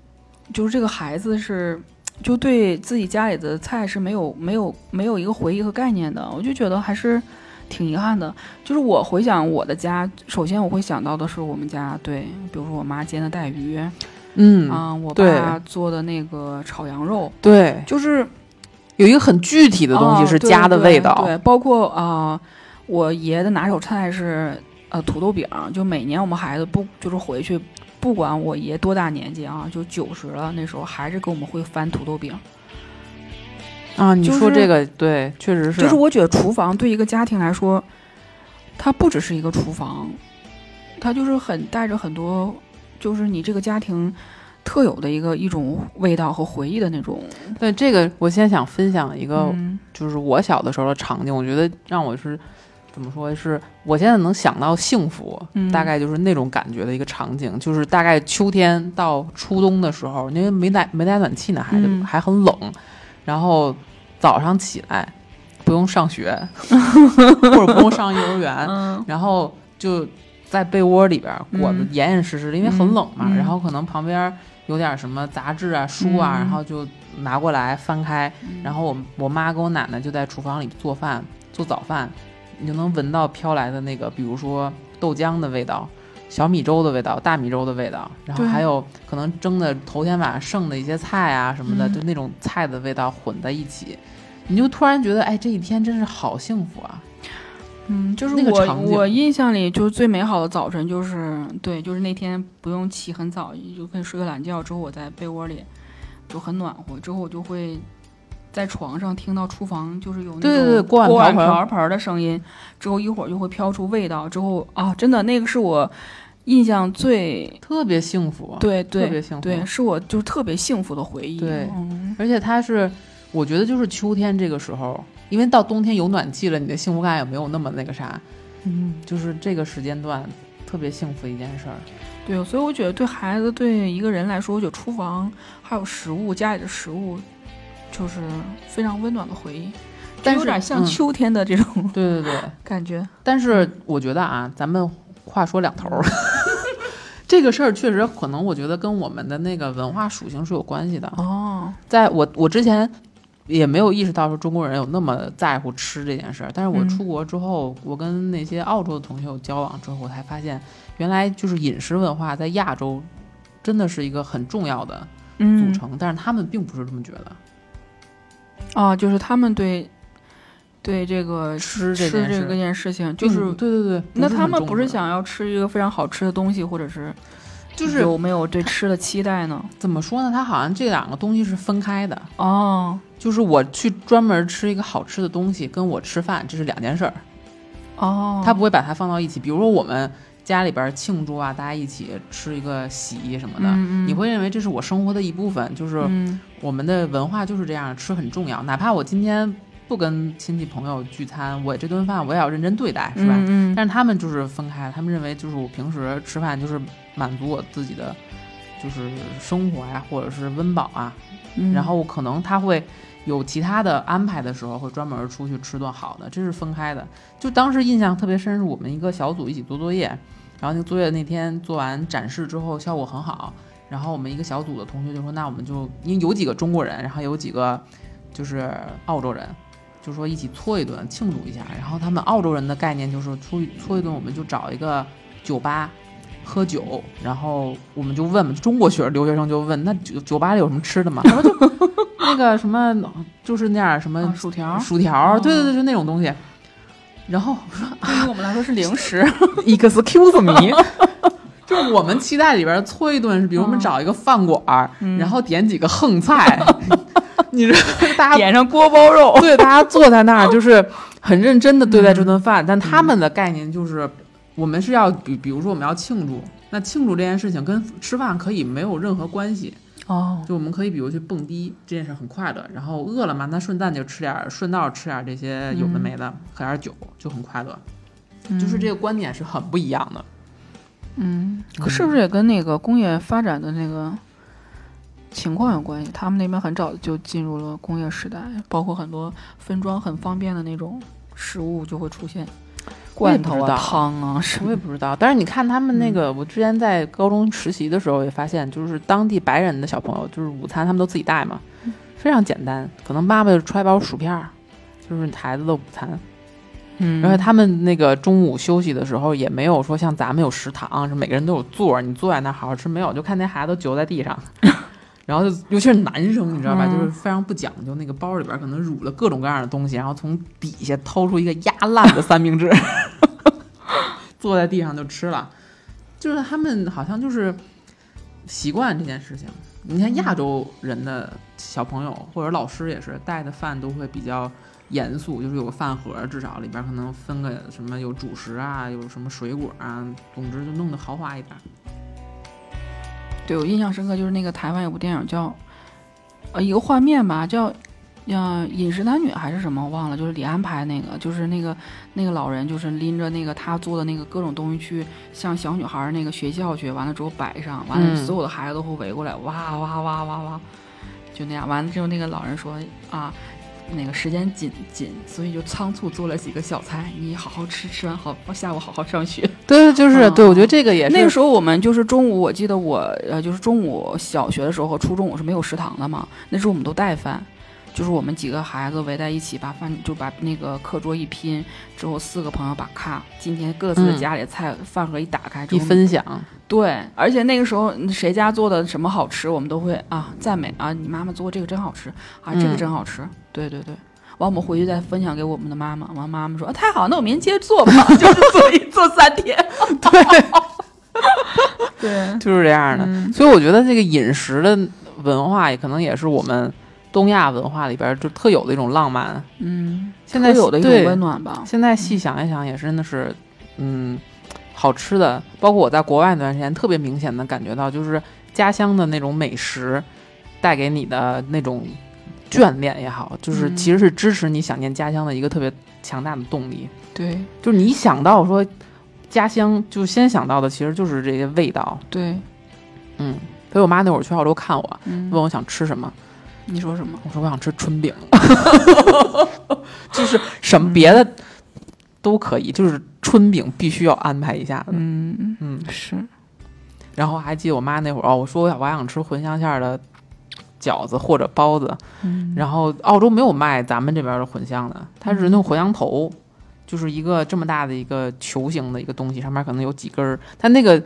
Speaker 2: 就是这个孩子是就对自己家里的菜是没有没有没有一个回忆和概念的，我就觉得还是挺遗憾的。就是我回想我的家，首先我会想到的是我们家对，比如说我妈煎的带鱼，啊、
Speaker 1: 嗯，
Speaker 2: 我
Speaker 1: 对
Speaker 2: 爸做的那个炒羊肉，
Speaker 1: 对，
Speaker 2: 就是
Speaker 1: 有一个很具体的东西
Speaker 2: 哦
Speaker 1: 是
Speaker 2: 对
Speaker 1: 家的
Speaker 2: 对
Speaker 1: 味道，
Speaker 2: 对，包括啊、呃我爷的拿手菜是呃土豆饼儿，就每年我们孩子不就是回去，不管我爷多大年纪啊，就九十了那时候还是给我们会翻土豆饼儿。
Speaker 1: 啊，你
Speaker 2: 就
Speaker 1: 说这
Speaker 2: 是
Speaker 1: 个对，确实是，
Speaker 2: 就是我觉得厨房对一个家庭来说，它不只是一个厨房，它就是很带着很多，就是你这个家庭。特有的一个一种味道和回忆的那种，
Speaker 1: 对这个，我现在想分享一个，
Speaker 2: 嗯
Speaker 1: 就是我小的时候的场景，我觉得让我是怎么说，是我现在能想到幸福，
Speaker 2: 嗯
Speaker 1: 大概就是那种感觉的一个场景，就是大概秋天到初冬的时候，因为没带没带暖气呢，还得、
Speaker 2: 嗯
Speaker 1: 还很冷，然后早上起来不用上学， [LAUGHS] 或者不用上幼儿园，
Speaker 2: 嗯
Speaker 1: 然后就在被窝里边儿裹得
Speaker 2: 嗯
Speaker 1: 严严实实的，因为很冷嘛。
Speaker 2: 嗯嗯
Speaker 1: 然后可能旁边有点什么杂志啊、书啊，
Speaker 2: 嗯
Speaker 1: 然后就拿过来翻开。然后我我妈跟我奶奶就在厨房里做饭，做早饭，你就能闻到飘来的那个，比如说豆浆的味道。小米粥的味道，大米粥的味道，然后
Speaker 2: 对
Speaker 1: 还有可能蒸的头天晚上剩的一些菜啊什么的，
Speaker 2: 嗯
Speaker 1: 就那种菜的味道混在一起，你就突然觉得，哎，这一天真是好幸福啊！
Speaker 2: 嗯，就是我、
Speaker 1: 那个场景
Speaker 2: 我印象里就是最美好的早晨，就是对，就是那天不用起很早，就可以睡个懒觉，之后我在被窝里就很暖和，之后我就会在床上听到厨房就是有那种
Speaker 1: 对对对锅
Speaker 2: 锅
Speaker 1: 碗瓢盆
Speaker 2: 瓢盆儿的声音，之后一会儿就会飘出味道，之后啊，真的那个是我印象最
Speaker 1: 特别幸福，啊
Speaker 2: 对
Speaker 1: 特别
Speaker 2: 对
Speaker 1: 幸福，
Speaker 2: 对，是我就是特别幸福的回忆，
Speaker 1: 对
Speaker 2: 嗯
Speaker 1: 而且它是，我觉得就是秋天这个时候，因为到冬天有暖气了，你的幸福感也没有那么那个啥，
Speaker 2: 嗯
Speaker 1: 就是这个时间段特别幸福的一件事儿。
Speaker 2: 对，所以我觉得对孩子、对一个人来说，我觉得厨房还有食物，家里的食物，就是非常温暖的回忆，
Speaker 1: 但
Speaker 2: 就是有点像
Speaker 1: 嗯
Speaker 2: 秋天的这种 [LAUGHS]
Speaker 1: 对对对，
Speaker 2: 感觉。
Speaker 1: 但是我觉得啊，咱们话说两头儿， [LAUGHS] 这个事儿确实可能我觉得跟我们的那个文化属性是有关系的。
Speaker 2: 哦，
Speaker 1: 在我我之前也没有意识到说中国人有那么在乎吃这件事儿，但是我
Speaker 2: 嗯
Speaker 1: 出国之后，我跟那些澳洲的同学有交往之后，我才发现原来就是饮食文化在亚洲真的是一个很重要的组
Speaker 2: 嗯，
Speaker 1: 成，但是他们并不是这么觉得，
Speaker 2: 啊，就是他们对对这个
Speaker 1: 吃这
Speaker 2: 吃
Speaker 1: 件
Speaker 2: 这
Speaker 1: 事
Speaker 2: 个
Speaker 1: 并。
Speaker 2: 件事情，就是
Speaker 1: 对对对，
Speaker 2: 那
Speaker 1: 很
Speaker 2: 他们
Speaker 1: 重
Speaker 2: 不是
Speaker 1: 视
Speaker 2: 想要吃一个非常好吃的东西，或者是
Speaker 1: 就是
Speaker 2: 有没有对吃的期待呢？
Speaker 1: 怎么说呢？他好像这两个东西是分开的，
Speaker 2: 哦
Speaker 1: 就是我去专门吃一个好吃的东西，跟我吃饭这是两件事儿。
Speaker 2: 哦，
Speaker 1: 他不会把它放到一起。比如说我们家里边庆祝啊，大家一起吃一个席什么的，
Speaker 2: 嗯嗯
Speaker 1: 你会认为这是我生活的一部分，就是
Speaker 2: 嗯
Speaker 1: 我们的文化就是这样，吃很重要。哪怕我今天不跟亲戚朋友聚餐，我这顿饭我也要认真对待，是吧？
Speaker 2: 嗯嗯
Speaker 1: 但是他们就是分开，他们认为就是我平时吃饭就是满足我自己的，就是生活呀、或者是温饱啊。
Speaker 2: 嗯，
Speaker 1: 然后可能他会有其他的安排的时候，会专门出去吃顿好的，这是分开的。就当时印象特别深，是我们一个小组一起做作业，然后那个作业那天做完展示之后效果很好，然后我们一个小组的同学就说，那我们就因为有几个中国人，然后有几个就是澳洲人，就说一起搓一顿庆祝一下。然后他们澳洲人的概念就是出去搓一顿，我们就找一个酒吧喝酒，然后我们就问中国学留学生就问，那酒酒吧里有什么吃的吗？然后
Speaker 2: [LAUGHS]
Speaker 1: 就那个什么就是那样什么
Speaker 2: 啊薯
Speaker 1: [LAUGHS]
Speaker 2: 条
Speaker 1: 薯条，
Speaker 2: 哦
Speaker 1: 对对对，就那种东西。然
Speaker 2: [LAUGHS]
Speaker 1: 后我说
Speaker 2: 对于我们来说是零食，
Speaker 1: Excuse me，就是我们期待里边搓一顿，是比如我们找一个饭馆儿，
Speaker 2: 哦嗯
Speaker 1: 然后点几个横
Speaker 2: [LAUGHS]
Speaker 1: 菜，你知道大家。
Speaker 2: 点上锅包肉。
Speaker 1: [LAUGHS] 对，大家坐在那儿就是很认真的对待这顿饭，但他们的概念就是，我们是要比，比如说我们要庆祝，那庆祝这件事情跟吃饭可以没有任何关系，
Speaker 2: 哦，
Speaker 1: 就我们可以比如去蹦迪这件事很快乐，然后饿了嘛，那顺带就吃点儿，顺道吃点儿这些有的没的，喝点儿酒就很快乐，就是这个观点是很不一样的。
Speaker 2: 嗯，可是不是也跟那个工业发展的那个情况有关系？他们那边很早就进入了工业时代，包括很多分装很方便的那种食物就会出现
Speaker 1: 我也
Speaker 2: 罐
Speaker 1: 不
Speaker 2: 头
Speaker 1: 知道
Speaker 2: 啊、汤啊什
Speaker 1: 我
Speaker 2: 么
Speaker 1: 也
Speaker 2: 的。
Speaker 1: 不知道，但是你看他们那个，我之前在高中实习的时候也发现，就是当地白人的小朋友，就是午餐他们都自己带嘛，非常简单，可能妈妈就揣包薯片儿，就是孩子的午餐。
Speaker 2: 嗯
Speaker 1: 而且他们那个中午休息的时候也没有说像咱们有食堂，是每个人都有座儿，你坐在那儿好好吃没有？就看那孩子都揪在地上，然后就尤其是男生，你知道吧，
Speaker 2: 嗯
Speaker 1: 就是非常不讲究，那个包里边可能乳了各种各样的东西，然后从底下掏出一个压烂的三明治， [LAUGHS] 坐在地上就吃了。就是他们好像就是习惯这件事情。你看亚洲人的小朋友或者老师也是带的饭都会比较严肃，就是有个饭盒，至少里边可能分个什么有主食啊，有什么水果啊，总之就弄得豪华一点。
Speaker 2: 对我印象深刻就是那个台湾有部电影叫，呃，一个画面吧，叫，呃，饮食男女还是什么，我忘了，就是李安拍那个，就是那个那个老人就是拎着那个他做的那个各种东西去向小女孩儿那个学校去，完了之后摆上，完了
Speaker 1: 嗯
Speaker 2: 所有的孩子都会围过来，哇哇哇哇哇，就那样，完了之后那个老人说啊。那个时间紧紧，所以就仓促做了几个小菜。你好好吃，吃完好下午好好上学。
Speaker 1: 对，就是、
Speaker 2: 嗯
Speaker 1: 对，我觉得这个也是。
Speaker 2: 那个时候我们就是中午，我记得我呃，就是中午小学的时候和初中我是没有食堂的嘛，那时候我们都带饭，就是我们几个孩子围在一起把饭就把那个课桌一拼之后，四个朋友把咔今天各自的
Speaker 1: 嗯
Speaker 2: 家里的菜、饭盒一打开之
Speaker 1: 一
Speaker 2: 后，
Speaker 1: 分享，
Speaker 2: 对，而且那个时候谁家做的什么好吃，我们都会啊赞美啊，你妈妈做这个真好吃啊，这个
Speaker 1: 嗯
Speaker 2: 真好吃，对对对。完，我们回去再分享给我们的妈妈。完，妈妈说：“啊，太好，那我明天接着做吧。” [LAUGHS] 就是做一做三天。 [LAUGHS] 对对，
Speaker 1: 就是这样的。
Speaker 2: 嗯
Speaker 1: 所以我觉得这个饮食的文化也可能也是我们东亚文化里边就特有的一种浪漫。
Speaker 2: 嗯，
Speaker 1: 现在
Speaker 2: 特有的一种
Speaker 1: 对
Speaker 2: 温暖吧。
Speaker 1: 现在细想一想，也真的是，嗯，好吃的，包括我在国外那段时间，特别明显的感觉到，就是家乡的那种美食带给你的那种眷恋也好，就是
Speaker 2: 嗯
Speaker 1: 其实是支持你想念家乡的一个特别强大的动力。
Speaker 2: 对
Speaker 1: 就是你一想到说家乡，就先想到的其实就是这些味道。
Speaker 2: 对，
Speaker 1: 嗯，所以我妈那会儿去澳洲看我，
Speaker 2: 嗯，
Speaker 1: 问我想吃什么，
Speaker 2: 你说什么？
Speaker 1: 我说我想吃春饼，就是什么别的都可以，就是春饼必须要安排一下子。
Speaker 2: 嗯，
Speaker 1: 嗯，
Speaker 2: 是
Speaker 1: 然后还记得我妈那会儿哦，我说我想我想吃茴香馅儿的饺子或者包子，
Speaker 2: 嗯
Speaker 1: 然后澳洲没有卖咱们这边的茴香的，它是那种茴香头，就是一个这么大的一个球形的一个东西，上面可能有几根儿，它那个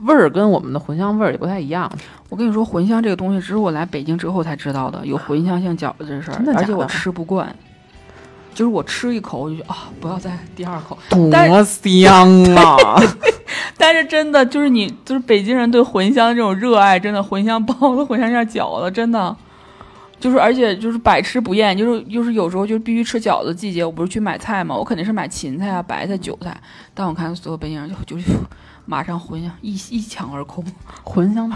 Speaker 1: 味儿跟我们的茴香味儿也不太一样。
Speaker 2: 我跟你说，茴香这个东西，只是我来北京之后才知道的，有茴香馅饺子这事儿
Speaker 1: 啊真的，假
Speaker 2: 而
Speaker 1: 的
Speaker 2: 且我吃不惯，就是我吃一口我就觉得啊、不要再第二口。但
Speaker 1: 多香 [LAUGHS] 啊！
Speaker 2: [LAUGHS] 但是真的就是你，就是北京人对茴香这种热爱，真的茴香包子、 [LAUGHS] 茴香馅饺子，真的。就是，而且就是百吃不厌，就是就是有时候就必须吃饺子季节，我不是去买菜嘛，我肯定是买芹菜啊、白菜、韭菜，但我看所有北京人就就就马上茴香一一抢而
Speaker 1: 哎
Speaker 2: 空。
Speaker 1: 茴香，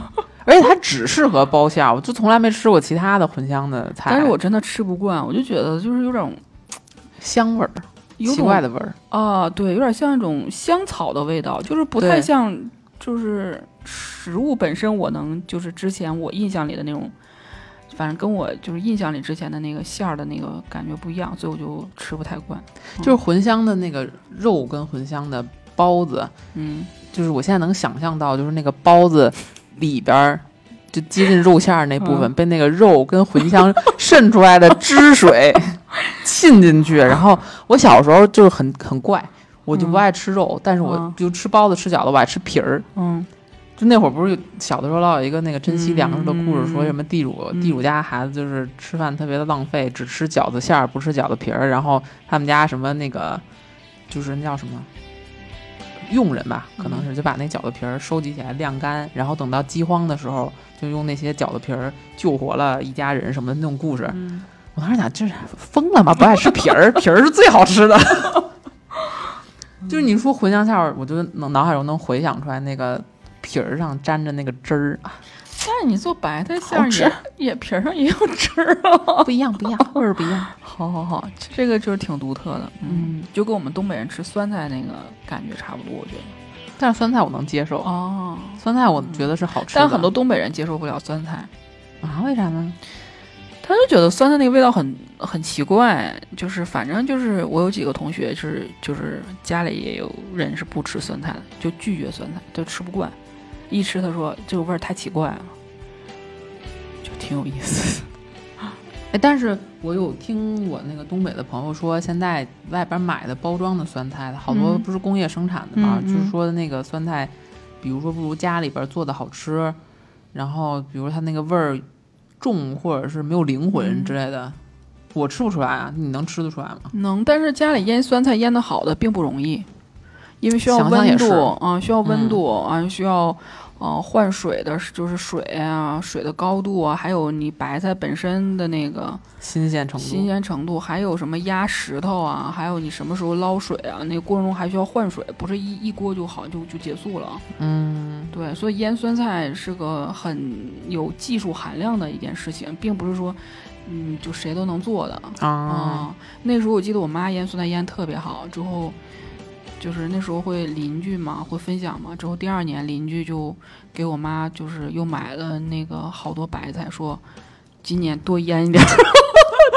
Speaker 1: 而且它只适合包馅儿，我就从来没吃过其他的茴香的菜。
Speaker 2: 但是我真的吃不惯，我就觉得就是有种
Speaker 1: 香味儿，
Speaker 2: 有
Speaker 1: 奇
Speaker 2: 种
Speaker 1: 怪的味儿。
Speaker 2: 啊，对，有点像一种香草的味道，就是不太
Speaker 1: 对
Speaker 2: 像就是食物本身。我能就是之前我印象里的那种，反正跟我就是印象里之前的那个馅儿的那个感觉不一样，所以我就吃不太惯。
Speaker 1: 就是茴香的那个肉跟茴香的包子，
Speaker 2: 嗯，
Speaker 1: 就是我现在能想象到，就是那个包子里边儿就接近肉馅儿那
Speaker 2: 嗯
Speaker 1: 部分，被那个肉跟茴香渗出来的汁水 [LAUGHS] 沁进去。然后我小时候就是很很怪，我
Speaker 2: 嗯
Speaker 1: 就不爱吃肉，但是我
Speaker 3: 嗯
Speaker 1: 就吃包子、吃饺子，我爱吃皮儿。
Speaker 3: 嗯
Speaker 1: 就那会儿不是小的时候老有一个那个珍惜粮食的故事，
Speaker 3: 嗯
Speaker 1: 说什么地主、
Speaker 3: 嗯
Speaker 1: 地主家孩子就是吃饭特别的浪费，只吃饺子馅儿不吃饺子皮儿，然后他们家什么那个就是那叫什么佣人吧，可
Speaker 3: 嗯
Speaker 1: 能是就把那饺子皮儿收集起来晾干，然后等到饥荒的时候就用那些饺子皮儿救活了一家人什么的那种故事。
Speaker 3: 嗯，
Speaker 1: 我当时想，这是疯了吗？不爱吃皮儿， [LAUGHS] 皮儿是最好吃的。 [LAUGHS] 就是你说茴香馅儿，我就能脑海中能回想出来那个皮儿上沾着那个汁儿，啊
Speaker 2: 但是你做白菜馅
Speaker 1: 好
Speaker 2: 儿
Speaker 1: 吃
Speaker 2: 也也皮儿上也有汁儿
Speaker 1: [LAUGHS]
Speaker 2: 啊。
Speaker 1: 不一样，不一样，味儿不一样。
Speaker 2: [LAUGHS] 好好好，这个就是挺独特的，
Speaker 1: 嗯，
Speaker 2: 就跟我们东北人吃酸菜那个感觉差不多，我觉得。
Speaker 1: 但是酸菜我能接受，
Speaker 2: 哦，
Speaker 1: 酸菜我觉得是好吃的。
Speaker 2: 但很多东北人接受不了酸菜，
Speaker 1: 啊，为啥呢？
Speaker 2: 他就觉得酸菜那个味道很很奇怪，就是反正就是我有几个同学是就是家里也有人是不吃酸菜的，就拒绝酸菜，就吃不惯，一吃他说这个味儿太奇怪了，就挺有意思的。
Speaker 1: [LAUGHS] 哎，但是我有听我那个东北的朋友说，现在外边买的包装的酸菜，好多
Speaker 2: 嗯
Speaker 1: 不是工业生产的嘛，
Speaker 2: 嗯嗯
Speaker 1: 就是说那个酸菜，比如说不如家里边做的好吃，然后比如它那个味儿重或者是没有灵
Speaker 2: 嗯
Speaker 1: 魂之类的，我吃不出来啊，你能吃得出来吗？
Speaker 2: 能，但是家里腌酸菜腌的好的并不容易，因为需要
Speaker 1: 想想也
Speaker 2: 温
Speaker 1: 是
Speaker 2: 度啊，需要
Speaker 1: 嗯
Speaker 2: 温度啊，需要呃换水的，就是水啊，水的高度啊，还有你白菜本身的那个。
Speaker 1: 新鲜程
Speaker 2: 新
Speaker 1: 度，
Speaker 2: 鲜程度，还有什么压石头啊，还有你什么时候捞水啊，那个过程中还需要换水，不是一一锅就好就就结束了。
Speaker 1: 嗯，
Speaker 2: 对，所以腌酸菜是个很有技术含量的一件事情，并不是说，嗯，就谁都能做的。
Speaker 1: 啊，
Speaker 2: 啊、那时候我记得我妈腌酸菜腌得特别好，之后就是那时候会邻居嘛，会分享嘛。之后第二年邻居就给我妈就是又买了那个好多白菜，说今年多腌一点儿。 [LAUGHS]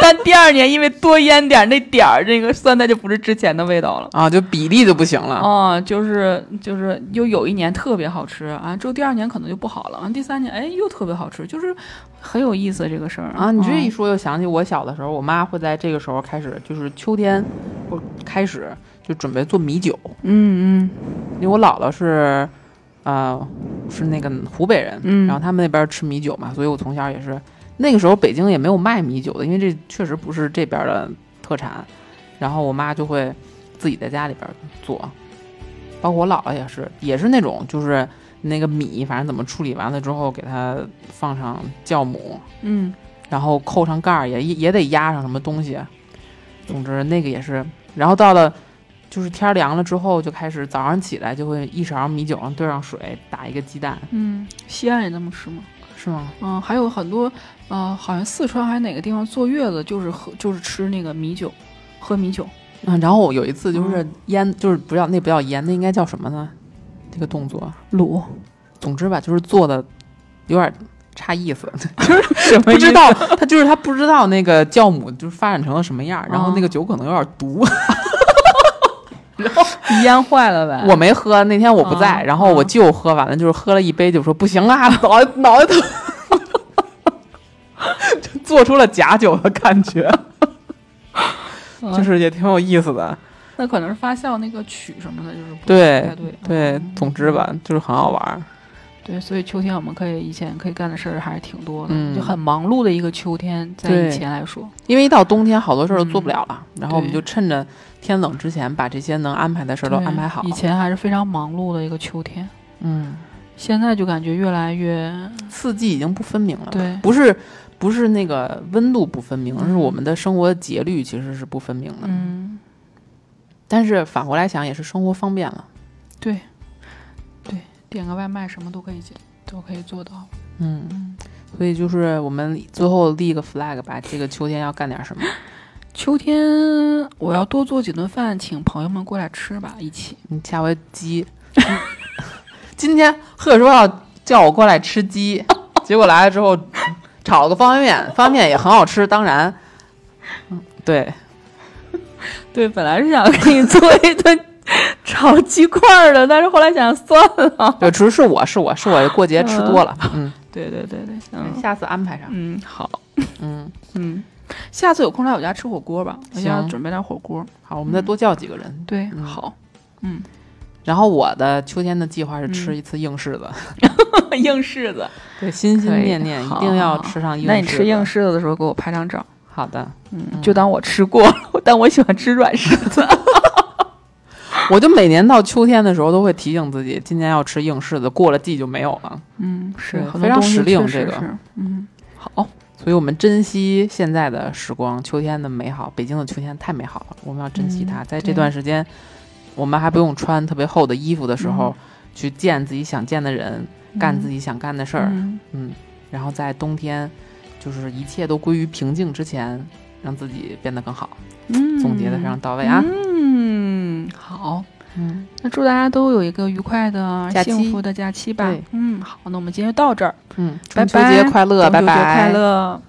Speaker 2: 但第二年因为多腌点儿那点儿，这个酸菜就不是之前的味道了。
Speaker 1: 啊，就比例就不行了，
Speaker 2: 哦，就是就是，又有一年特别好吃啊，之后第二年可能就不好了，啊，第三年哎又特别好吃，就是很有意思这个事儿
Speaker 1: 啊，你这
Speaker 2: 嗯
Speaker 1: 一说，又想起我小的时候，我妈会在这个时候开始，就是秋天，我开始就准备做米酒，
Speaker 2: 嗯嗯
Speaker 1: 因为我姥姥是，呃，是那个湖北人，
Speaker 2: 嗯
Speaker 1: 然后他们那边吃米酒嘛，所以我从小也是，那个时候北京也没有卖米酒的，因为这确实不是这边的特产，然后我妈就会自己在家里边做，包括我姥姥也是，也是那种就是那个米，反正怎么处理完了之后，给它放上酵母，
Speaker 2: 嗯，
Speaker 1: 然后扣上盖儿也也得压上什么东西。总之那个也是，然后到了就是天儿凉了之后，就开始早上起来就会一勺米酒上兑上水，打一个鸡蛋，
Speaker 2: 嗯，西安也那么吃吗？
Speaker 1: 是吗？
Speaker 2: 嗯，还有很多，呃，好像四川还是哪个地方坐月子就是喝就是吃那个米酒，喝米酒，
Speaker 1: 嗯，然后我有一次就是
Speaker 2: 嗯
Speaker 1: 腌，就是不叫那不叫腌，那应该叫什么呢？这个动作，
Speaker 2: 卤
Speaker 1: 总之吧，就是做的有点差意思， [LAUGHS]
Speaker 2: 什么
Speaker 1: 不知
Speaker 2: [LAUGHS]
Speaker 1: 道他就是他不知道那个酵母就是发展成了什么样儿，然后
Speaker 2: 哦
Speaker 1: 那个酒可能有点毒，
Speaker 2: 腌坏了呗
Speaker 1: 我没喝，那天我不在，
Speaker 2: 啊
Speaker 1: 然后我舅喝完了，就是喝了一杯就说不行
Speaker 2: [LAUGHS]
Speaker 1: 啊，脑袋脑袋疼， [LAUGHS] 就做出了假酒的感觉，
Speaker 2: 嗯
Speaker 1: [LAUGHS] 就是也挺有意思的。
Speaker 2: 那可能是发酵那个曲什么的，就是不不
Speaker 1: 对
Speaker 2: 太对嗯
Speaker 1: 对，总之吧，就是很好玩儿。
Speaker 2: 对，所以秋天我们可以以前可以干的事儿还是挺多的，
Speaker 1: 嗯
Speaker 2: 就很忙碌的一个秋天，在
Speaker 1: 对
Speaker 2: 以前来说，
Speaker 1: 因为一到冬天，好多事儿都做不了了，然后我们
Speaker 2: 嗯对
Speaker 1: 就趁着天冷之前，把这些能安排的事儿都
Speaker 2: 对
Speaker 1: 安排好
Speaker 2: 以。前还是非常忙碌的一个秋天，
Speaker 1: 嗯，
Speaker 2: 现在就感觉越来越
Speaker 1: 四季已经不分明了，
Speaker 2: 嗯对
Speaker 1: 不是不是那个温度不分明，而是
Speaker 2: 嗯
Speaker 1: 我们的生活节律其实是不分明的。
Speaker 2: 嗯。
Speaker 1: 但是反过来想，也是生活方便了。
Speaker 2: 对，对，点个外卖什么都可以解，都可以做到。
Speaker 1: 嗯，所以就是我们最后立一个 flag 吧，这个秋天要干点什么？
Speaker 2: 秋天我要多做几顿饭，请朋友们过来吃吧，一起。
Speaker 1: 你下回鸡， [LAUGHS] 今天贺说要叫我过来吃鸡，结果来了之后炒了个方便面，方便面也很好吃，当然，嗯，
Speaker 2: [LAUGHS]
Speaker 1: 对，
Speaker 2: 对，本来是想给你做一顿炒鸡块儿的，但是后来想算了，
Speaker 1: 对，其实是我是我是我过节吃多了，嗯，
Speaker 2: 对对对对，嗯
Speaker 1: [LAUGHS] 下次安排上。
Speaker 2: 嗯，好，
Speaker 1: 嗯，
Speaker 2: 嗯，下次有空来我家吃火锅吧，我家
Speaker 1: 行
Speaker 2: 准备点火锅。
Speaker 1: 好，我们再多叫几个人。
Speaker 2: 对，
Speaker 1: 嗯
Speaker 2: 好，
Speaker 1: 然后我的秋天的计划是吃
Speaker 2: 嗯
Speaker 1: 一次硬柿子，
Speaker 2: [LAUGHS] 硬柿子，
Speaker 1: 对，心心
Speaker 2: 可以
Speaker 1: 念念一
Speaker 2: 好
Speaker 1: 定要
Speaker 2: 好
Speaker 1: 吃上硬柿子。
Speaker 2: 那你吃啊硬柿子的时候给我拍张照，
Speaker 1: 好的，
Speaker 2: 嗯，就当我吃过 [LAUGHS] 了，但我喜欢吃软柿子。
Speaker 1: 我就每年到秋天的时候都会提醒自己，今年要吃硬柿子，过了季就没有了。
Speaker 2: [LAUGHS] 嗯，是
Speaker 1: 对
Speaker 2: 很多
Speaker 1: 非常
Speaker 2: 东西
Speaker 1: 时令
Speaker 2: 确实
Speaker 1: 这个
Speaker 2: 是，嗯，好，
Speaker 1: 所以我们珍惜现在的时光，秋天的美好，北京的秋天太美好了，我们要珍惜它。
Speaker 2: 嗯
Speaker 1: 在这
Speaker 2: 对
Speaker 1: 段时间，我们还不用穿特别厚的衣服的时候，
Speaker 2: 嗯
Speaker 1: 去见自己想见的人，干自己想干的事儿，
Speaker 2: 嗯
Speaker 1: 嗯然后在冬天，就是一切都归于平静之前，让自己变得更好。
Speaker 2: 嗯，
Speaker 1: 总结的非常到位啊，
Speaker 2: 嗯，好，
Speaker 1: 嗯，
Speaker 2: 那祝大家都有一个愉快的
Speaker 1: 假、期
Speaker 2: 幸福的假期吧
Speaker 1: 对。
Speaker 2: 嗯，好，那我们今天就到这儿，
Speaker 1: 嗯，
Speaker 2: 拜
Speaker 1: 中秋
Speaker 2: 拜
Speaker 1: 节快乐，
Speaker 2: 中
Speaker 1: 拜
Speaker 2: 秋节
Speaker 1: 拜，
Speaker 2: 快乐。